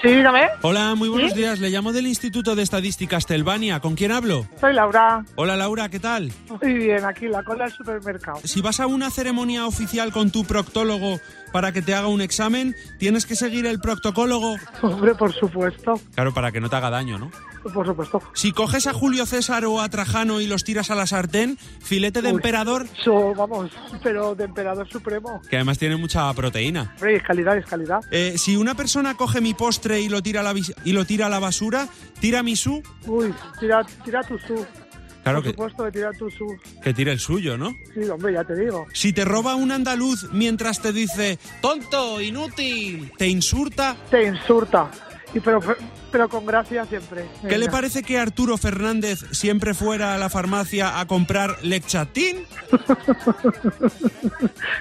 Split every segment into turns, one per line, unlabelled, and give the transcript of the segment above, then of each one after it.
Sí, dígame.
Hola, muy buenos días. Le llamo del Instituto de Estadística Castelvania. ¿Con quién hablo?
Soy Laura.
Hola Laura, ¿qué tal?
Muy bien, aquí la cola del supermercado.
Si vas a una ceremonia oficial con tu proctólogo para que te haga un examen, tienes que seguir el proctocólogo.
Hombre, por supuesto.
Claro, para que no te haga daño, ¿no?
Por supuesto.
Si coges a Julio César o a Trajano y los tiras a la sartén, filete de
Uy.
emperador,
So, vamos, pero de emperador supremo.
que además tiene mucha proteína.
Hombre, es calidad, es calidad.
Eh, si una persona coge mi postre y lo tira a la, bis- y lo tira a la basura, tira mi su,
Uy, tira, tira tu su.
Claro
por
que-
supuesto, que tira tu su.
que tire el suyo, ¿no?
Sí, hombre, ya te digo.
Si te roba un andaluz mientras te dice tonto, inútil, te insulta,
Te insulta. Y pero, pero con gracia siempre.
¿qué le
Venga.
parece que Arturo Fernández siempre fuera a la farmacia a comprar lecchatín?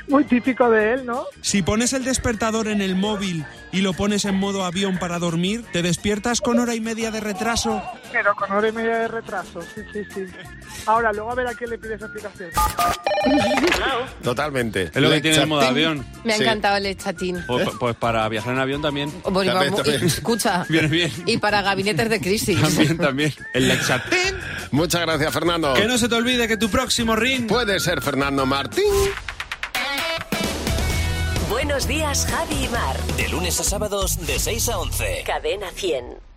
Muy típico de él, ¿no?
Si pones el despertador en el móvil y lo pones en modo avión para dormir, te despiertas con hora y media de retraso.
Pero con hora y media de retraso. Sí, sí, sí. Ahora, luego a ver a quién le pides explicación.
Totalmente.
Es lo que tiene el modo
Chatín.
avión.
Me ha
Sí.
encantado el chatín.
Pues, pues para viajar en avión también.
¿Eh? Bueno, y
También,
vamos-
también.
y- escucha.
Bien, bien.
Y para gabinetes de crisis.
También, también. El Lexatín.
Muchas gracias, Fernando.
Que no se te olvide que tu próximo ring
Puede ser Fernando Martín.
Buenos días, Javi y Mar.
De lunes a sábados de 6 a 11.
Cadena 100.